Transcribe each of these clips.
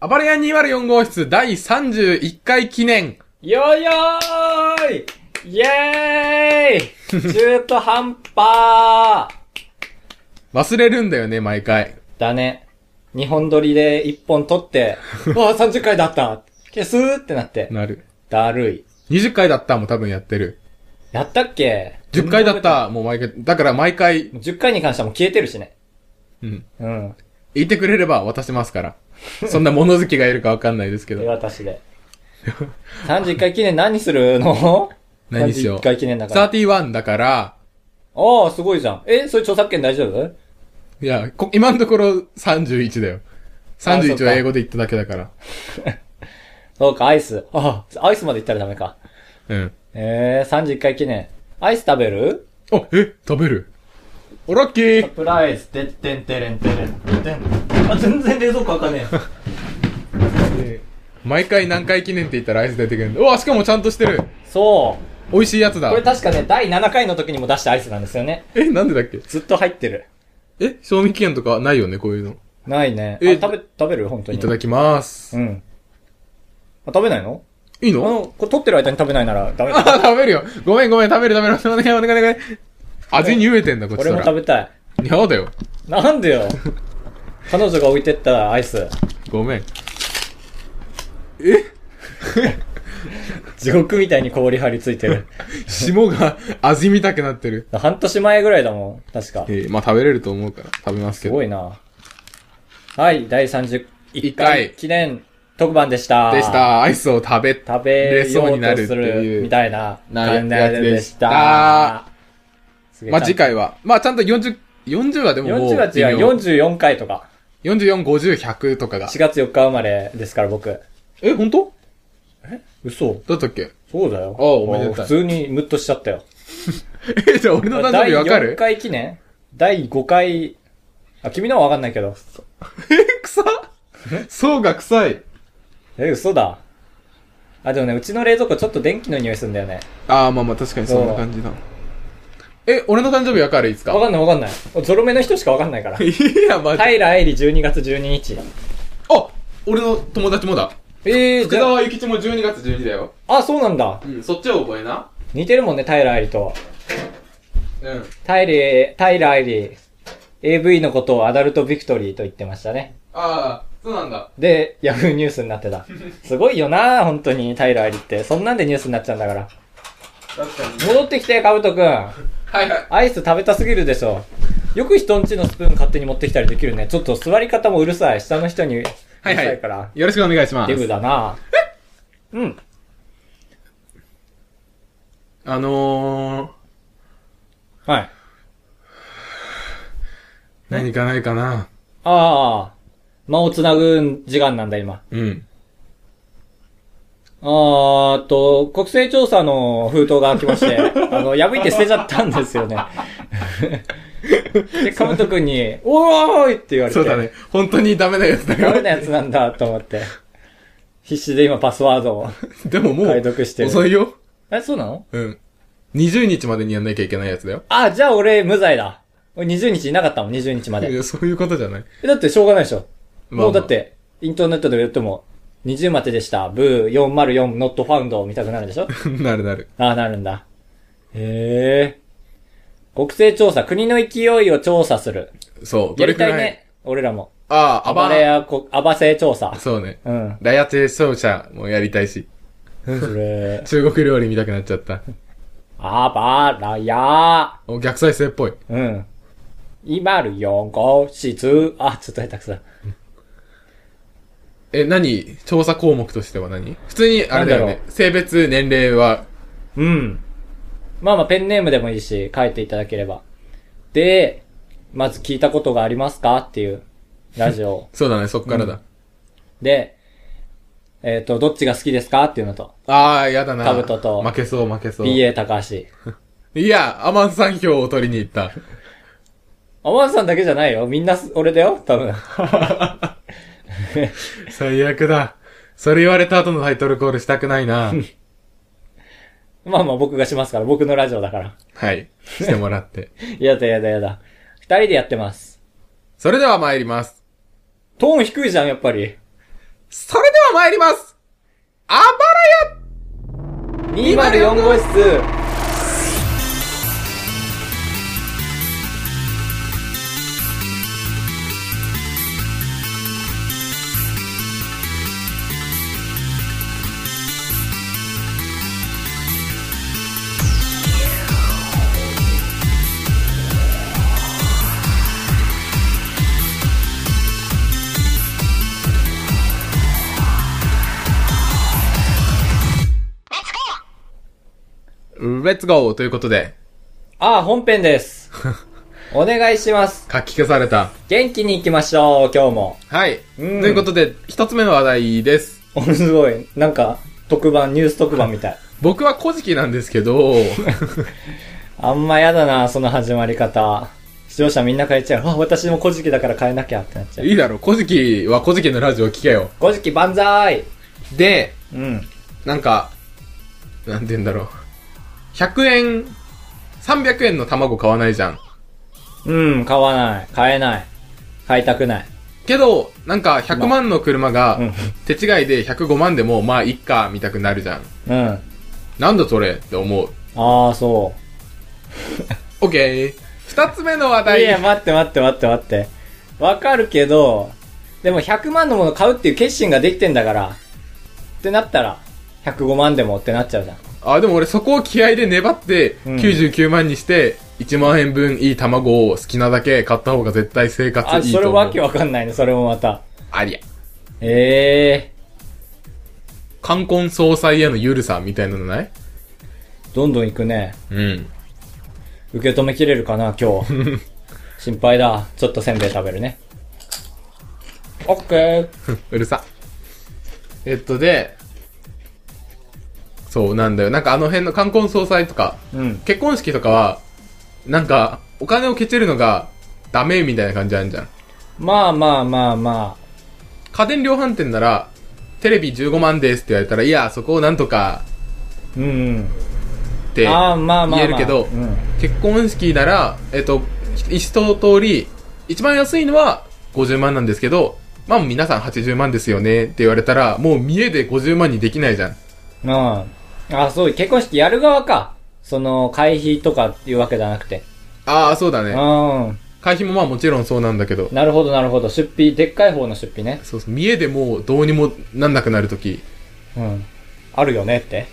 暴れ屋204号室第31回記念。よいよーいイェーイ中途半端忘れるんだよね、毎回。だね。日本撮りで一本 撮って、うわあ、30回だった消すーってなって。なる。だるい。 20回だったも多分やってる。やったっけ10回だっ。たもう毎回。だから毎回、もう10回に関してはもう消えてるしね。うん。うん。言ってくれれば渡しますから。そんな物好きがいるかわかんないですけ手ど。渡しで。31回記念何するの何しよう ?31 回記念だから。 31だから、ああ、すごいじゃん。え、それ著作権大丈夫いや、こ今のところ31だよ。あそ31っはか英語で言っただけだから。そうか、アイス。ああ、アイスまで行ったらダメか。うん。ええー、31回記念。アイス食べるあ、え食べるおラッキーサプライズ、てってんてれんてれんてん。あ、全然冷蔵庫開かねえよ。毎回何回記念って言ったらアイス出てくるんだうわ、しかもちゃんとしてる。 そう。美味しいやつだこ。れ確かね、第7回の時にも出したアイスなんですよね。え、なんでだっけずっと入ってる。え、賞味期限とかないよね、こういうの。ないね。あえ、食べ、食べる本当に。いただきますう。ん。あ、食べないのいいあの の、これ撮ってる間に食べないならダメあだ。食べるよ。ごめんごめん、食べる食べる。お願いお願いお願い。味に飢えてんだ、こっち俺かもら。食べたい。やだよ。なんで よ。彼女が置いてったアイス。ごめん。え地獄みたいに氷張り付いてる。霜が 味見たくなってる。半年前ぐらいだもん。確か。えーまあ食べれると思うから、食べますけすど。ごいな。はい、第31回回記念特番でした。でし。た。アイスを食べ、食べようとするみたいな感じでした。まあ次。回は。まあちゃんと40、40はでももう40は微違う、妙44回とか。 44、50、100とかが4。月4日生まれですから僕。え、本当嘘だったっけ そうだよ。ああおめでたい普通にムッとしちゃったよ。え、じゃあ俺の誕生第日わか4る 回記念第5回、あ、君のはわかんないけど。え、臭 層が臭い。え、嘘だ。あ、でもね、うちの冷蔵庫ちょっと電気の匂いするんだよね。ああ、まあまあ確かにそんな感じだ。え、俺の誕生日わかるいつかわかんないわかんない。ゾロ目の人しかわか んないから。いや、マジ。平愛理12月12日。あ俺の友達もだ。ええ福沢諭吉も12月12だよ。あ、そうなんだ。うん、そっちを覚えな。似てるもんね、平愛理と。うん。平愛、平愛理、AV のことをアダルトビクトリーと言ってましたね。ああ、そうなんだ。で、ヤフーニュースになって た。すごいよな本当に、平愛理って。そんなんでニュースになっちゃうんだから。確かに。戻ってきて、カブトくん。はいはい。アイス食べたすぎるでしょ。よく人んちのスプーン勝手に持ってきたりできるね。ちょっと座り方もうるさい。下の人にうるさはいはいいから。よろしくお願いしまデブす。だなうん。あのー、はい。何かないかな。ああ、間をつなぐ時間なんだ、今。うん。あーっと、国勢調査の封筒が来 まして、あの、破いて捨てちゃったんですよね。 で、かぶとくんに、おーいって言われそて。うだ。ね。本当にダメなやつだダメよ。なやつなんだと思って。必死で今パスワード を。 でももう、解読してる遅いよ。え、そうなのうん。20日までにやんなきゃいけないやつだよ。あ、じゃあ俺無罪だ。俺20日いなかったもん、20日まいで。や、そういうことじゃない。えだってしょうがないでしょ。まあまあもうだって、インターネットで言っても、20まででした、ブー404 not found 見たくなるでしょ なるなる。ああ、なるんだ。へえ。国勢調査、国の勢いを調査する。そう。やどれりくたいらい。ね。俺らも。ああ、暴れやこ、暴せ調査。そうね。うん。ラヤチェ奏者もやりたいし、それ。中国料理見たくなっちゃった。あばらやお逆再生っぽい。うん。204号室。あ、ちょっと下手くそだ。え、何調査項目としては何普通に、あれだよなんだねろ。性別、年齢は、。うん。まあまあ、ペンネームでもいいし、書いていただければ。で、まず聞いたことがありますかっていう、ラジオそうだね、そっからだ。で、えっ、と、どっちが好きですかっていうのと、ああ、やだな。兜と負けそう、負けそう。 BA 高橋。いや、アマンさん票を取りに行った。アマンさんだけじゃないよ。みんなす、俺だよ多分。 最悪だ。それ言われた後のタイトルコールしたくない な。まあまあ、僕がしますから。僕のラジオだから。 はい。してもらって。やだやだやだ。二人でやってます。それでは参ります。トーン低いじゃん、やっぱり。それでは参りますあばらや204号室レッツゴーということで、ああ、本編です。お願いします。書き消された。元気に行きましょう、今日も。はい。とうんいうことで、一つ目の話題です。おすごい。なんか、特番、ニュース特番みたい。僕は古事記なんですけ ど、あんまやだな、その始まり方。視聴者みんな変えちゃう。あ、私も古事記だから変えなきゃってなっちゃう。いいだろ、古事記は古事記のラジオ聞けよ。古事記万歳で、うん。なんか、なんて言うんだろう。100円、300円の卵買わないじゃん。うん、買わない。買えない。買いたくない。けど、なんか100万の車がうん、手違いで105万でも、まあ、いっか、みたくなるじゃん。うん。あなんだそれって思う。あ、そオッケー。二つ目の話う。いや、題。待って待って待って待って。わかるけど、でも100万のもの買うっていう決心ができてんだから、ってなったら、105万でもってなっちゃうじゃん。あ、でも俺そこを気合で粘って、うん99万にして、1万円分いい卵を好きなだけ買った方が絶対生活いあ、いと思う。それわけわかんないね、それもまた。ありゃ。ええ冠婚葬祭へのゆるさみたいなのないー、どんどん行くね。うん。 受け止めきれるかな、今日。心配だ。ちょっとせんべい食べるね。オッケー。うるさ。えっと、で、そうなんだよ。なんかあの辺の冠婚葬祭とか、うん。結婚式とかは、なんか、お金をケチるのがダメみたいな感じあるじゃん。まあまあまあま家電量販店なら、テレビ15万ですって言われたら、いや、そこをなんとかあ。うん。ってああ、まあまあ、まあ。言えるけどう、ん。結婚式なら、えっと、一通り、一番安いのは50万なんですけど、まあ皆さん80万ですよねって言われたら、もう見えで50万にできないじゃん。うん。あ、そう、結婚式やる側か。その、会費とかっていうわけじゃなくて。ああ、そうだうね。ん。会費もまあもちろんそうなんだけど、なるほど、なるほど。出費、でっかい方の出費ね。そうそう、見えでもうどうにもなんなくなるとき、うん。あるよねって。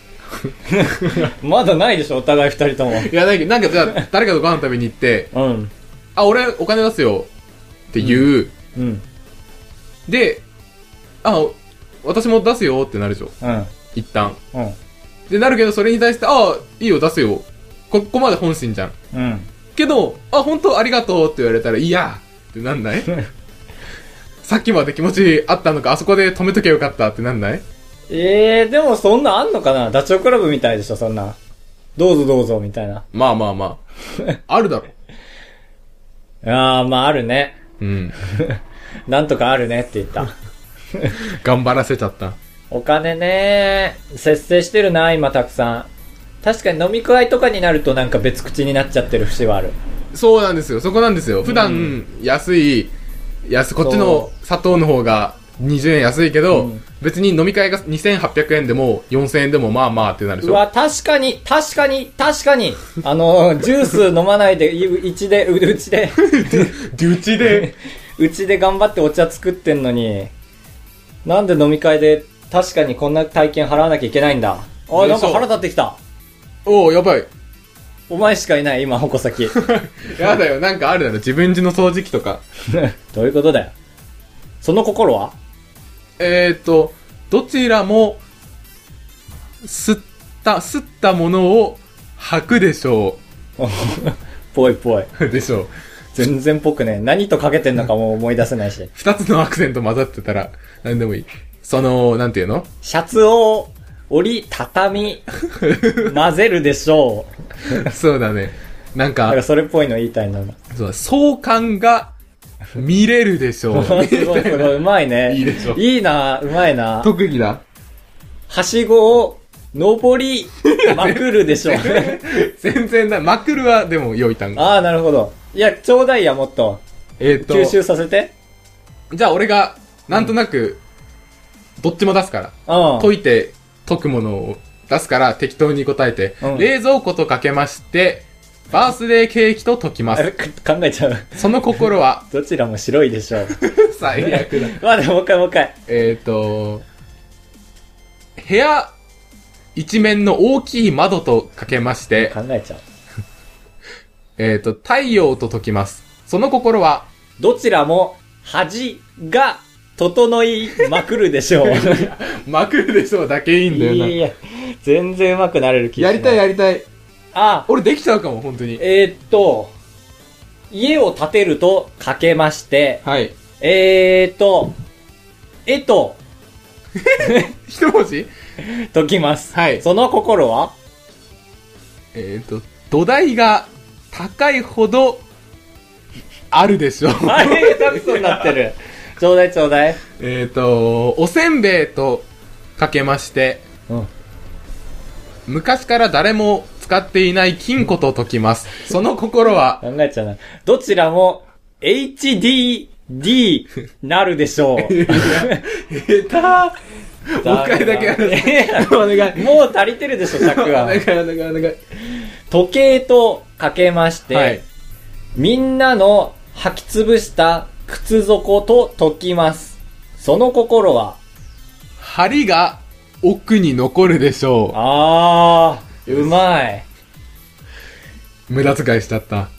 まだないでしょ、お互い二人とも。いや、だけど、なんかじゃあ、 誰かとご飯食べに行って、うん。あ、俺お金出すよって言う。うん。で、あ、私も出すよってなるでしょ。うん。一旦。うん。で、なるけど、それに対して、あ、いいよ、出すよ。こここまで本心じゃん。うん。けど、あ、本当ありがとうって言われたら、いやってなん ないさっきまで気持ちあったのか、あそこで止めとけよかったってなんないええー、でもそんなあんのかなダチョウ倶楽部みたいでしょ、そんな。どうぞどうぞ、みたいな。まあまあま あ。あるだろ。ああ、まああるね。うん。なんとかあるねって言った。頑張らせちゃった。お金ね節制してるな、今たくさん。確かに飲み会とかになるとなんか別口になっちゃってる節はある。そうなんですよ。そこなんですよ。普段、安い、安、こっちの砂糖の方が20円安いけど、うん別に飲み会が2800円でも4000円でもまあまあってなるでしうょ。わ、確かに、確かに、確かに、あの、ジュース飲まないで、いううちで、ううちで、デュチ で。うちで頑張ってお茶作ってんのに、なんで飲み会で確かにこんな体験払わなきゃいけないんだ。あ、ねなんかそう腹立ってきた。おおやばい。お前しかいない、今、矛先。 やだよ。なんかあるだろ。自分家の掃除機とか。どういうことだよ。その心は えーと、どちらも、吸った、吸ったものを吐くでしょぽいぽい。う。 でしょう。全然ぽくね。何とかけてんのかもう思い出せないし。二つのアクセント混ざってたら、なんでもいい。その、なんていうの シャツを折り、畳み、混ぜるでしょう。そうだね。なんなんかか、それっぽいの言いたいな。そう相関が見れるでしょう。すごいすごい、うまいね。いいでしょいいな、うまいな。 特技だ。はしごを、登り、まくる でしょう。全然ない。まくるは、でも、良い単語。ああ、なるほど。いや、ちょうだいや、もっと。えー吸収と、させて。じゃあ俺が、なんとなく、どっちも出すから。うん。解いて解くものを出すから適当に答えて、うん冷蔵庫とかけまして、バースデーケーキと解きまあれす。か考えちゃう。その心 はどちらも白いでしょう。最悪だ。まあでももう一回もう一回。えっと、部屋一面の大きい窓とかけまして、考えちゃう。えっと、太陽と解きます。その心はどちらも恥が整いまくるでしょう。まくるでしょうだけいいんだよな。いや、全然上手くなれる気やりたいい。やりたい。あ、俺できちゃうかも、本当に。えーっと、家を建てるとかけまして、はい。えーっと、えと、一文字解きます。はいその心はえっ、と、土台が高いほどあるでし ょう。 あれ、下手くそになってる。ちょうだいちょうだい。えっと、おせんべいとかけまして、うん。昔から誰も使っていない金庫と解きます。その心は、考えちゃうな。どちらも HDD なるでし ょう。下手もう一回だけやる。お願い。もう足りてるでしょ、 お尺は 願い。お願いお願い。時計とかけまして、はい。みんなの履き潰した靴底と解きます。その心は針が奥に残るでしょあー、うまい。う。無駄遣いしちゃった。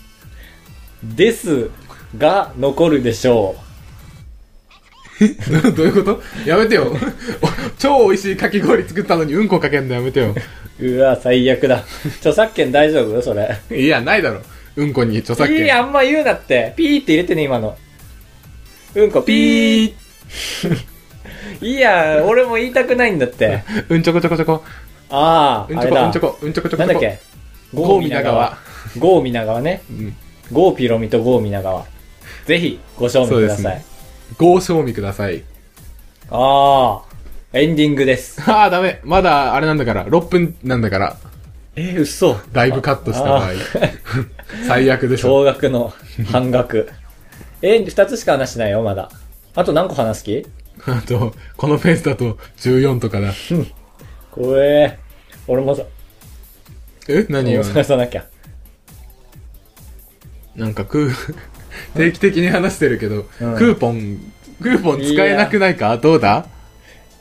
ですが残るでしょどどういうことやめてよ。 お超美味しいかき氷作ったのにうんこかけんのやめてよ。う。うわ、最悪だ。著作権大丈夫それ。いや、ないだろ。うんこに著作い権。い、あんま言うなって。ピーって入れてね、今の。うんこ、ピー。ピいいや、俺も言いたくないんだって。ー うんちょこちょこちょこ。あうー、んあちょれこ、だ。うんちょこ、うんちょこちょこ。なんだっけゴーミナ川。ゴーミナ川ね。うん。ゴーピロミとゴーミナ川。ぜひ、ご賞味くだそうさい。でご賞味ください。 あー、エンディングです。ああ、ダメ。まだ、あれなんだから、6分なんだから、えー、嘘。だいぶカットした場合あ。 最悪でしょ。驚愕の半額。えー、二つしか話してないよ、まだ。あと何個話す気あと、このペースだと14とかだ。これ、俺もさ、え何俺よも。探さなきゃ。なんか クー、定期的に話してるけど、うんクーポン、クーポン使えなくないかどうだ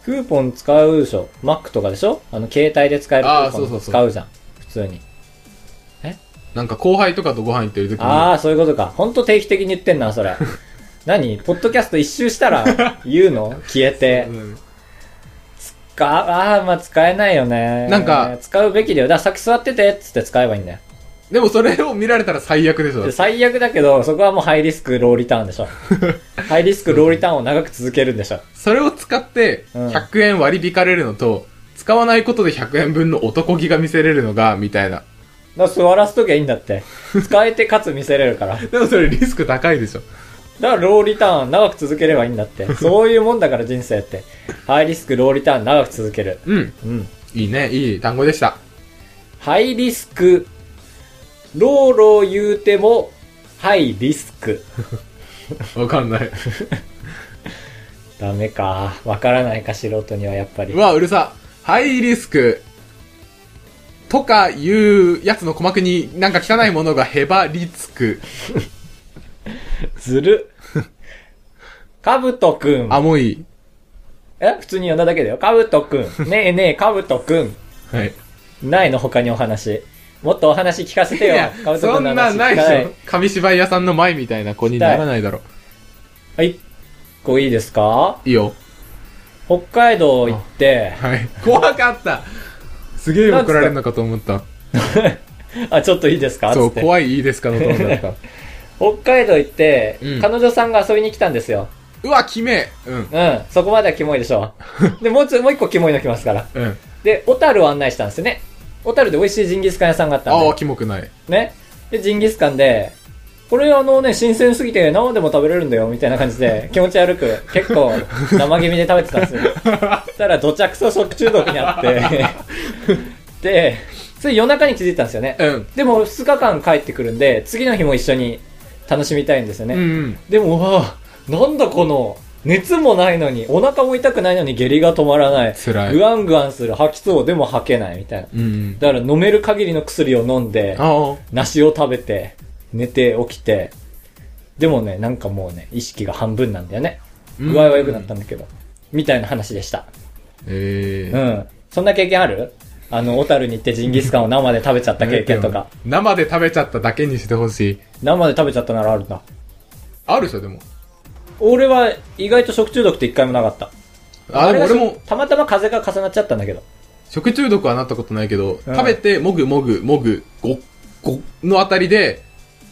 クーポン使うでしょ ?Mac とかでしょあの、携帯で使えるクあーーポそうそンうそう使うじゃん。普通に。なんか後輩とかとご飯行ってる時に、ああ、そういうことか。ほんと定期的に言ってんな、 それ。何ポッドキャスト一周したら言うの消えてう。んかああ、まあ使えないよね。なんか使うべきだよ。だから先座ってて、っつって使えばいいんだよ。でもそれを見られたら最悪でしょで。最悪だけど、そこはもうハイリスク、ローリターンでしょ。 ハイリスク、ローリターンを長く続けるんでしょ。それを使って、うん100円割り引かれるのと、使わないことで100円分の男気が見せれるのが、みたいな。だから座らすときゃいいんだって。使えてかつ見せれるから。だかでもそれリスク高いでしょ。らローリターン長く続ければいいんだって。そういうもんだから人生って。ハイリスク、ローリターン長く続ける。うん。うん。いいね、いい単語でした。ハイリスク。ローロー言うても、ハイリスク。わかんない。 ダメか。わからないか、素人にはやっぱりう。わ、うるさ。ハイリスク。とかいうやつの鼓膜になんか汚いものがへばりつく。ずる。かぶとくん。あ、もういい。え普通に呼んだだけだよ。かぶとくん。ねえねえ、かぶとくん。はい。ないの他にお話。もっとお話聞かせいてよや。、かぶとそくんんのな話。んないはでしょ。紙芝居屋さんの前みたいな子にならないだろ。はい。こういいですかいいよ。北海道行って、はい。怖かった。すげえ怒られるのかと思った。あ、ちょっといいですかつそう、って。怖いいいですかのトーンだった。北海道行って、うん彼女さんが遊びに来たんですよ。 うわ、きめえうん。うん。そこまではキモいでしょ。で、もうつ、もう一個キモいの来ますから。うん。で、小樽を案内したんですよね。小樽で美味しいジンギスカン屋さんがあったんああ、で。キモくない。ね。で、ジンギスカンで、これあのね、新鮮すぎて生でも食べれるんだよ、みたいな感じで、気持ち悪く、結構、生気味で食べてたんですよ。そしたら、土着と食中毒にあって、で、それ夜中に気づいたんですよね。うん。でも、2日間帰ってくるんで、次の日も一緒に楽しみたいんですよね。うんうん。でも、うわぁなんだこの、熱もないのに、お腹も痛くないのに下痢が止まらない。辛いぐわんぐわんする。吐きそうでも吐けないみたいな。うんうん。だから飲める限りの薬を飲んで、ああ。梨を食べて、寝て起きて、でもね、なんかもうね、意識が半分なんだよね。うん具合は良くなったんだけど。みたいな話でした。ええう。ん。そんな経験あるあの、小樽に行ってジンギスカンを生で食べちゃった経験とか。。生で食べちゃっただけにしてほしい。生で食べちゃったならあるんだ。あるでしょ、でも。俺は意外と食中毒って一回もなかった。あ、でもが俺も。たまたま風邪が重なっちゃったんだけど。食中毒はなったことないけど、うん食べて、もぐもぐ、もぐ、ご、ごのあたりで、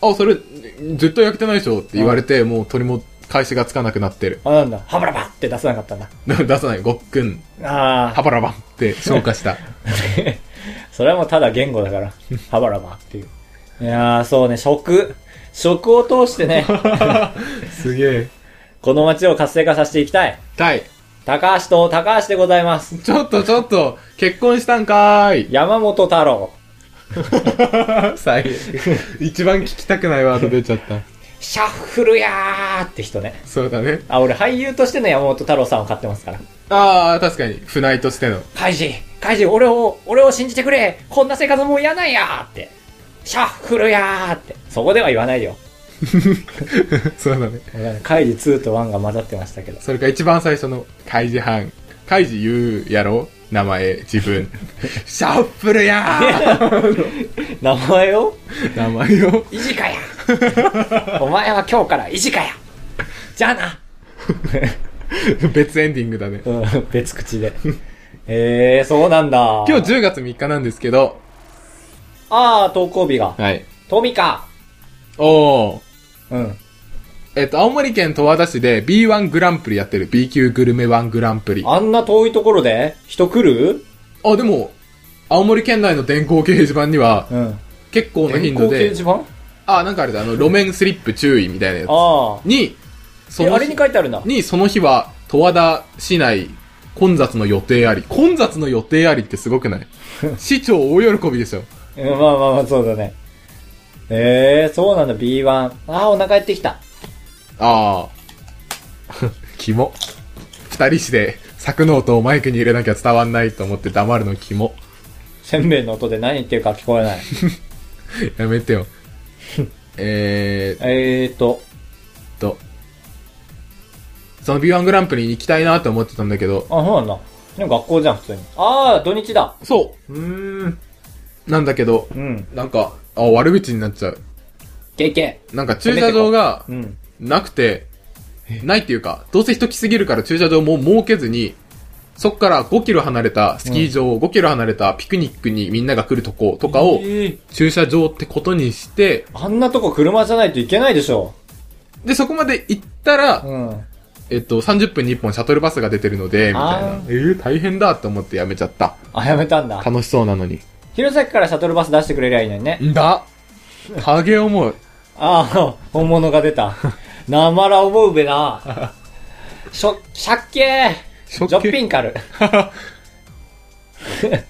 あ、それ、絶対焼けてないでしょって言われて、もう鳥も返しがつかなくなってる。 あ、なんだ。ハブラバって出さなかったんだ。出さない。ごっくん、あ ハバラバンって消化した。あ。それはもうただ言語だから。ハブラバっていう。いやー、そうね、食。食を通して ね、すげ え。この街を活性化させていきたい。たい。高橋と高橋でございます。ちょっとちょっと、結婚したんかーい。山本太郎。 最悪。一番聞きたくないワード出ちゃった。シャッフルやーって人ね。そうだね。あ、俺俳優としての山本太郎さんを買ってますから。ああ、確かに。船井としての。 カイジ、カイジ、俺を、俺を信じてくれこんな生活もう嫌なんやーって。シャッフルやーって。そこでは言わないよ。そうだね。カイジ2と1が混ざってましたけど。それか一番最初の、開示班。開示言うやろ名前、自分。シャッフルやー名前を名前を。いじかやお前は今日からいじかやじゃあな別エンディングだね。うん、別口で。 えー、そうなんだ。今日10月3日なんですけど。あー、投稿日が。はい。トミカ。おー。うん。えっと、青森県十和田市で B1 グランプリやってる。B 級グルメ1グランプリ。あ、あんな遠いところで人来るでも、青森県内の電光掲示板には、うん。結構な頻電度光掲で、示板あ、なんかあれだ、あの、路面スリップ注意みたいなやあつ。に、ー。そえ、のあれに日書いてあるんだ。に、その日は、十和田市内、混雑の予定あり。混雑の予定ありってすごく ない市長大喜びでしょ。うんまあまあまあ、そうだね。えー、そうなんだ、B1。あー、お腹減ってきた。あ あ。キモ。二人して、作の音をマイクに入れなきゃ伝わんないと思って黙るのキモ。せんべいの音で何言ってるか聞こえない。やめて よ。えーっえーと、と。その B1 グランプリに行きたいなと思ってたんだけど、あ、そうなんだ。でも学校じゃん、普通に。あー、土日だ。そううーん。なんだけど、うん。なんか、あ、悪口になっちゃう。経験。なんか駐車場がうん。なくて、ないっていうか、どうせ人来すぎるから駐車場も設けずに、そっから5キロ離れたスキー場、5キロ離れたピクニックにみんなが来るとことかをえ、ー駐車場ってことにして、あんなとこ車じゃないといけないでしょ。で、そこまで行ったら、うん。えっと、30分に1本シャトルバスが出てるので、みたいあな。えー、大変だと思ってやめちゃった。あ、やめたんだ。楽しそうなのに。弘前からシャトルバス出してくれりゃいいのにね。んだ影思う。ああ、本物が出た。なまら思うべな。しょ、しゃっけシージョッピンカル。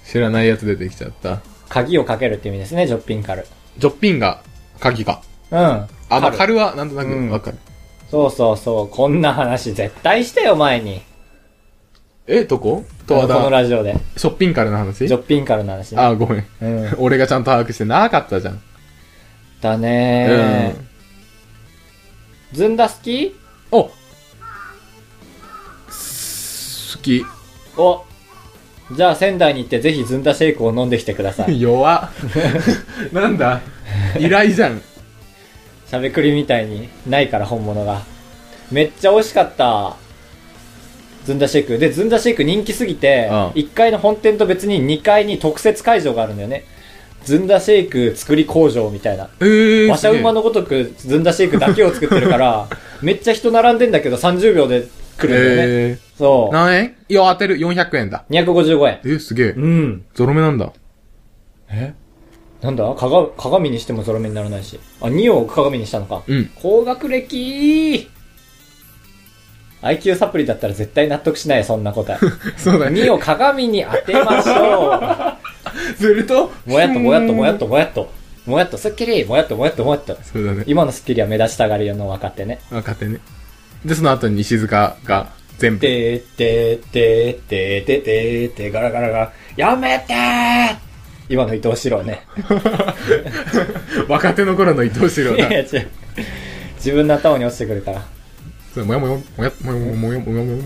知らないやつ出てきちゃった。鍵をかけるって意味ですね、ジョッピンカル。ジョッピンが、鍵か。うん。ああ、まあ、軽はなんとなうくんわかる。そうそうそう、こんな話絶対してよ、前に。え、どこ十こ和の田、ラジオで。ショッピンからの話ジョッピンカルの話ね。あ、ごめん。 うん。俺がちゃんと把握してなかったじゃん。だねー。ずんだ好きうん。お好き。お。じゃあ仙台に行ってぜひずんだシェイクを飲んできてくださ い。弱っなんだ依頼じゃん。しゃべくりみたいにないから本物が。めっちゃ美味しかった。ずんだシェイク。で、ずんだシェイク人気すぎて、うん1階の本店と別に2階に特設会場があるんだよね。ずんだシェイク作り工場みたいな。えー馬車馬のごとくずんだシェイクだけを作ってる から、めっちゃ人並んでんだけど30秒で来るんだよね。えそー、何円いや、当てる。400円だ。う。255円。えー、すげえう。ん。ゾロ目なんだ。えなんだ鏡鏡にしてもゾロ目にならないし。あ、2を鏡にしたのか。うん。高学歴 IQ サプリだったら絶対納得しない、そんな答え。 そうだね。 2を鏡に当てましょすると、う。もやっともやっともやっともやっと。もやっとすっきりもやっともやっともやっと。そうだね。今のスッキリは目立ちたがりの若手ね。若手ね。で、その後に石塚が全部。てーてーてーてーてーてーてーガラガラガラ。やめてー今の伊藤四郎ね。若手の頃の伊藤四郎 いやだい。や違う。自分の頭に落ちてくれた。そうもやもやもやもやもやもやもやもやもや。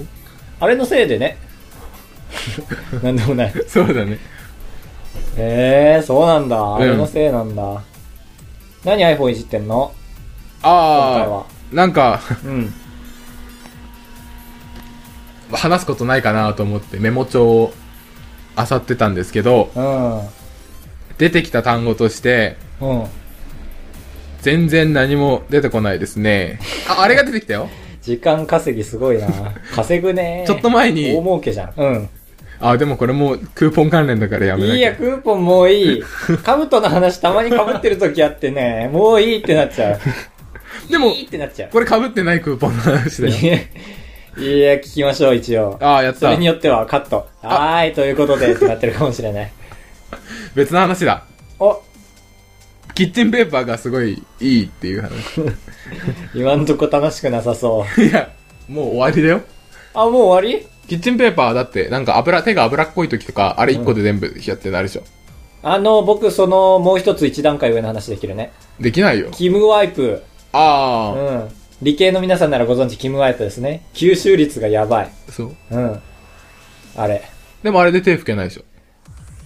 あれのせいでね。 なんでもない。そうだね。へえー、そうなんだ。あんれのせいなんだ。何 iPhone いじってんの今回あは。あ、なんか、うん。話すことないかなと思ってメモ帳を漁ってたんですけど、う出てきた単語として、ん。うん。全然何も出てこないですね。あ、あれが出てきたよ。時間稼ぎすごいな。稼ぐねー。 ちょっと前大に、儲けじゃん。うん。あ、でもこれもうクーポン関連だからやめないいきや、ゃクーポンもういい。カブトの話たまに被ってる時あってね、もういいってなっちゃう。でもいいってなっちゃう。これ被ってないクーポンの話だよ。いや、いや聞きましょう、一応。ああ、やっそたれに。よってはカット。はーい、ということで、ってなってるかもしれない。別の話だ。お、キッチンペーパーがすごいいいっていう話。 今んとこ楽しくなさそう。いや、もう終わりだよ。あ、もう終わりキッチンペーパーだって、なんか油、手が油っこい時とか、あれ1個で全部やってなるでしょ。あの、僕、その、もう一つ一段階上の話できるね。できないよ。キムワイプ。うあん。理系の皆さんならご存知、キムワイプですね。吸収率がやばい。あ、そう。うん。あれ。でもあれで手拭けないでしょ。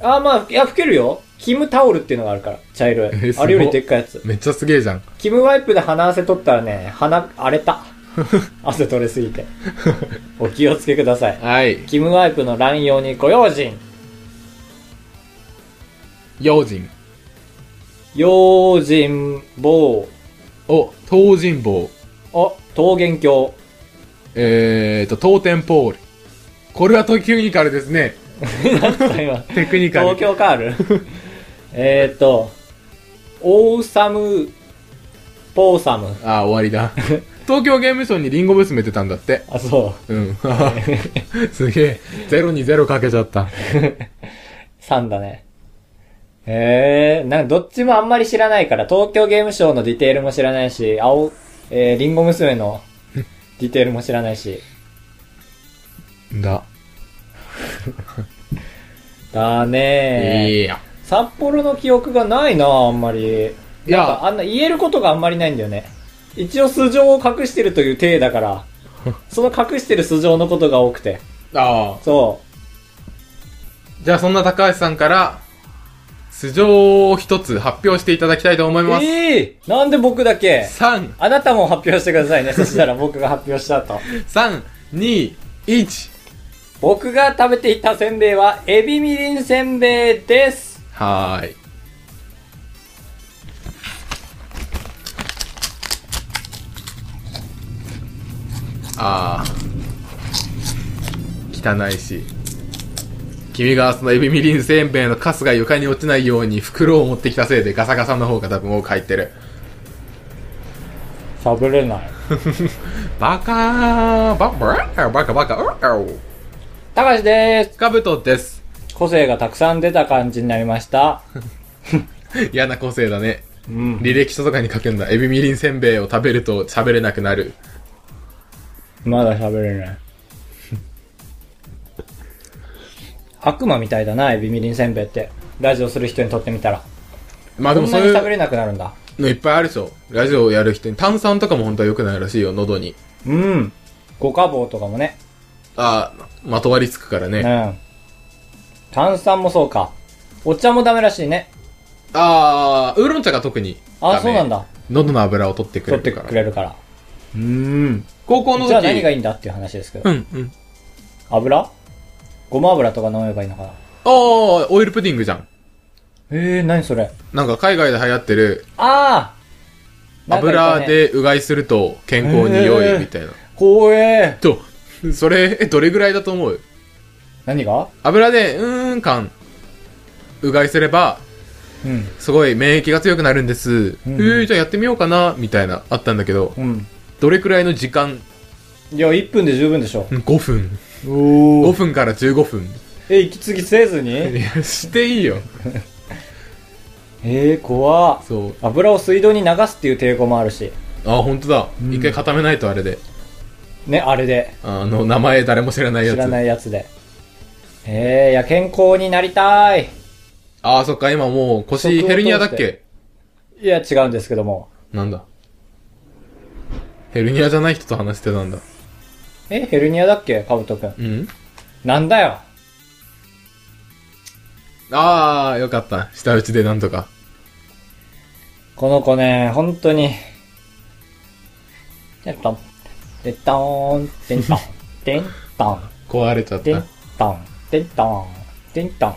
あ、まあ、いや、拭けるよ。キムタオルっていうのがあるから、茶色いえ。すごあれよりでっかいやつ。めっちゃすげえじゃん。キムワイプで鼻汗取ったらね、鼻、荒れた。 汗取れすぎて。お気をつけください。はい。キムワイプの乱用にご用心。用心用心棒。を、東尋坊、お、桃源郷。えーと、東天ポール。これはテクニカルですね。なんだ今。テクニカル東。京カールえーっと、オーサム、ポーサム。ああ、終わり だ。東京ゲームショウにリンゴ娘出たんだって。あ、そ う。うん。すげえ。ゼロにゼロかけちゃった。 3だね。へえー、なんかどっちもあんまり知らないから、東京ゲームショウのディテールも知らないし、青、えー、リンゴ娘のディテールも知らないし。んだ。だねー。いいや。札幌の記憶がないなあんまり。いやなんかあんな言えることがあんまりないんだよね。一応素性を隠してるという体だから、その隠してる素性のことが多くて。ああ。そ。じゃあそんな高橋さんから、素性を一つ発表していただきたいと思いうます。ええー、なんで僕だけ3、あなたも発表してくださいね。そしたら僕が発表した後。 3、2、1。僕が食べていたせんべいは、エビみりんせんべいです。はーい。ああ。汚いし。君がそのエビみりんせんべいのカスが床に落ちないように袋を持ってきたせいでガサガサの方が多分多く入ってる。食べれない。バカーババカバカバカバカたかしです。カブトです。個性がたくさん出た感じになりました。嫌な個性だね。うん。履歴書とかに書くんだ。エビみりんせんべいを食べると喋れなくなる。まだ喋れない。悪魔みたいだな、エビみりんせんべいって。ラジオする人にとってみたら。まあでこもんそなうにいう。喋れなくなるんだ。のいっぱいあるでしょ。ラジオやる人に。炭酸とかも本当は良くないらしいよ、喉に。うん。五花棒とかもね。ああ、まとわりつくからうね。ん。炭酸もそうか。お茶もダメらしいね。ああ、ウーロン茶が特にダメ。あ、そうなん。だ。喉の油を取ってく取れってるから。くれるから。うーん。高校の時。じゃあ何がいいんだっていう話ですけど。うん、うん。油ごま油とか飲めばいいのかなああ、オイルプディングじゃん。ええー、何それなんか海外で流行ってる、ああ油でうがいすると健康に良へーいみたいな。怖えと、それ、え、どれぐらいだと思う何が油で、うーん、感、うがいすれば、うんすごい免疫が強くなるんです。うんえー、じゃあやってみようかな、みたいな、あったんだけど、うんどれくらいの時間いや1分で十分でしょうん5分お5分から15分え息継ぎせずにいえやしていいよえー、怖っそう油を水道に流すっていう抵抗もあるしあ本当だ、うん一回固めないとあれでね、あれで。あの、名前誰も知らないや知つ。。らないいやつで。えー、いや、健康になりたい。ああ、そっか、今もう腰ヘルニアだっ食を通けいや、違うんですけども。なんだ。ヘルニアじゃない人と話してたんだ。え、ヘルニアだっけカブトくん。うんなんだよ。ああ、よかった。下打ちでなんとか。この子ね、本当に。てんとん。てんとん。てんとん。てんとん。壊れちゃっテンた。トン、テントン、テントン。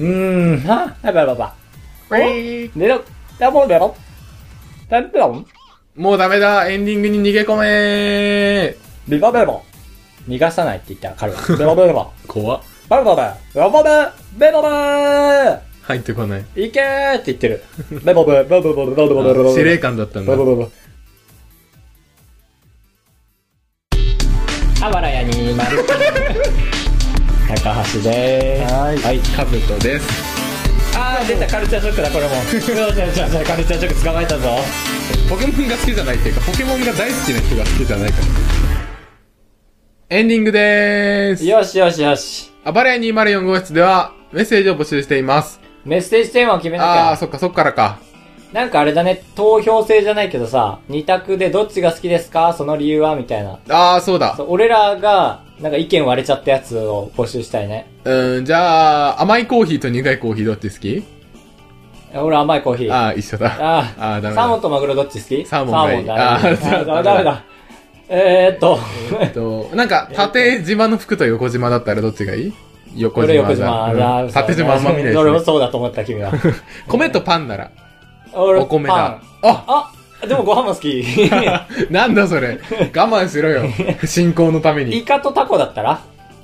うーん、はやばいやばいやばウィーい。でろ、だもんだろ。テントン、もうダメだエンディングに逃げ込めービバベロ。逃がさないって言ったら彼は。ベロベロ。怖っバルバル。ベロベロ。ベロベロ。入ってこない。いけーって言ってる。ベロベロ、ベロベロ、ベロベロ、ベロベロ。司令官だったんだブ。ブブブあばらやにまる高橋でーすはいはいカブトです。あー出たカルチャーショックだこれもそうそうそうそうカルチャーショック捕まえたぞポケモンが好きじゃないっていうか、ポケモンが大好きな人が好きじゃないから。エンディングでーす。よしよしよしあばれ204号室ではメッセージを募集しています。メッセージテーマを決めなきあー、ゃそっかそっからか。なんかあれだね投票制じゃないけどさ二択でどっちが好きですかその理由はみたいなあー、そうだ。そう俺らがなんか意見割れちゃったやつを募集したいねうーん、じゃあ、甘いコーヒーと苦いコーヒーどっち好き俺甘いコーヒーあー、一緒だ。あーあー、ダメサーモだン。とマグロどっち好きサーモンがいいサーモンあーだね。あーダメだ。えー っと、えっと、なんか、縦島の服と横島だったらどっちがいい横島俺横だ。島うんだ。縦島あんま見ないです俺もね。そうだと思った君は。米とパンなら、俺お米パだン。ああ、でもご飯も好き。 なんだそれ。我慢しろ よ。信仰のためイに。カとタコだったら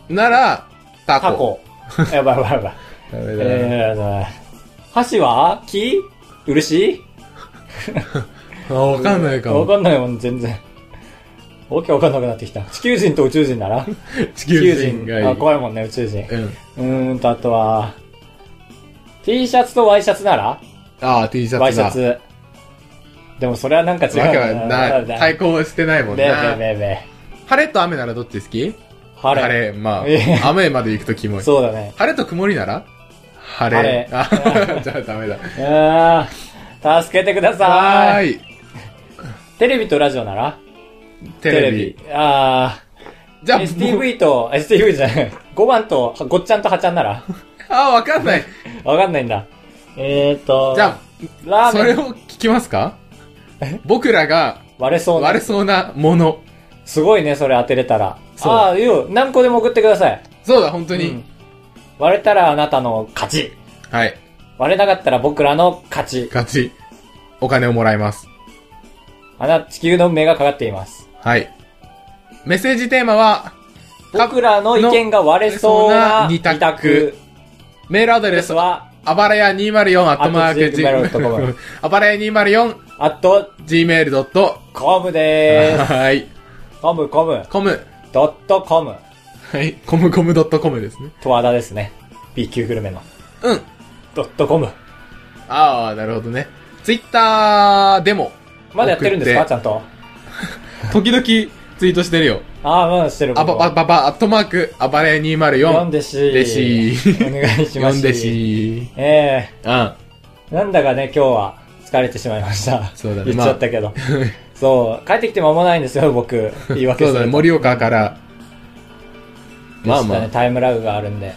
なら、タタコ。コ。やばいやばいやばい。ダメだなえーだね箸は木漆あ、わかんないかわも。かんないもん、全然。わけわかんなくなってきた。地球人と宇宙人なら地球人がいい。あ、怖いもんね、宇宙人。うん。うーんと、あとは、T シャツと Y シャツならあー、T シャツだ。ワイシャツ。でもそれはなんか違うわけはない。対ね抗はしてないもんべえな。べえべえ。晴れと雨ならどっち好き晴れ。晴れ。まいやあ、雨まで行くとキモい。そうだね。晴れと曇りなら晴れ。あ じゃあダメだ。あー助けてくだはさい。ーい。テレビとラジオならテレビ。。あじゃあ、ー。もう STV と、STV じゃない。5番と、ごっちゃんとはちゃんならあ、わかんない。わかんないんだ。えーと、じゃあ、ラそーれメンを聞きますか僕らが割れそうな割れ。そうなもの。すごいね、それ当てれたら。そうあー、いいよ。何個でも送ってください。そうだ、本当うんに。割れたらあなたの勝ち。はい。割れなかったら僕らの勝ち。勝ち。お金をもらいます。あな、地球の目がかかっています。はい。メッセージテーマは、僕らの意見が割れそうなの二択二択メールアドレでスすは、は、あばらや204、アットマーク gmail.com あばらや204、アット gmail.com。コムで ーす。はい。コムコム、コム。ドットコム、はい。コムコム .com ですね。とわだですね。B 級グルメの。うん。ドットコム。ああ、なるほどね。ツイッターでも、まだやってるんです送かってちゃんと。時々ツイートしてるよ。ああ、まだしてる。あばばばば、アットマーク、あばれ読204ん。でし。で しーお願いしま読す。んで。しえー。えなんだかね、今日は疲れてしまいました。そうだね言っちゃったけど。 そう、帰ってきて間もないんですよ、僕。言いうん。訳そうすだね、ると。盛岡から。まあでしたまねあ。タイムラグがあるんで。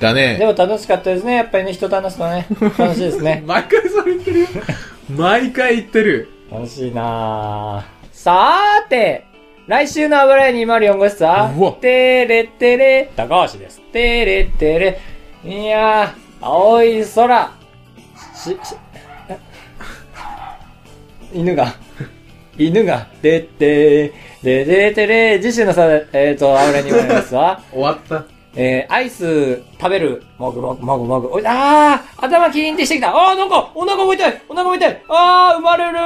だでね。も楽しかったですね。やっぱりね、人と話すとね。楽しいですね。毎回それ言ってるよ。毎回言ってる。楽しいなぁ。さーて、来週の油絵204号室うわは、てれてれ、高橋です。てれてれ、いやー、青い空。し、し、え犬が、犬が、でってで、でてれ、次週のさ、えっ、ー、と、油絵204号室は、終わった。えー、アイス食べる、もぐもぐもぐもぐ、おいあー、頭キーンってしてきた。あー、なんか、お腹も痛い、お腹も痛い、あー、生まれる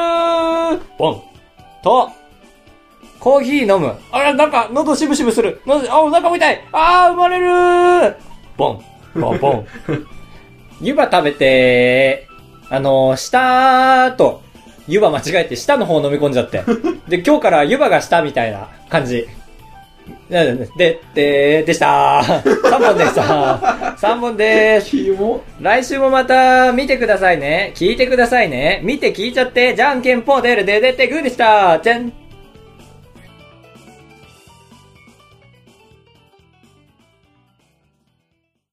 ー、ボン。と、コーヒー飲む。あら、なんか、喉しぶしぶする。喉あ、お腹も痛い、あー、生まれるー、ボン。ボンボン。湯葉食べて、あのー、舌と、湯葉間違えて下の方飲み込んじゃって。で、今日から湯葉が下みたいな感じ。で、で、で、でした ー。3本でした。3本でーす。キモ来週もまた見てくださいね。聞いてくださいね。見て聞いちゃって、じゃんけんぽんでるででってグーでした。じゃん。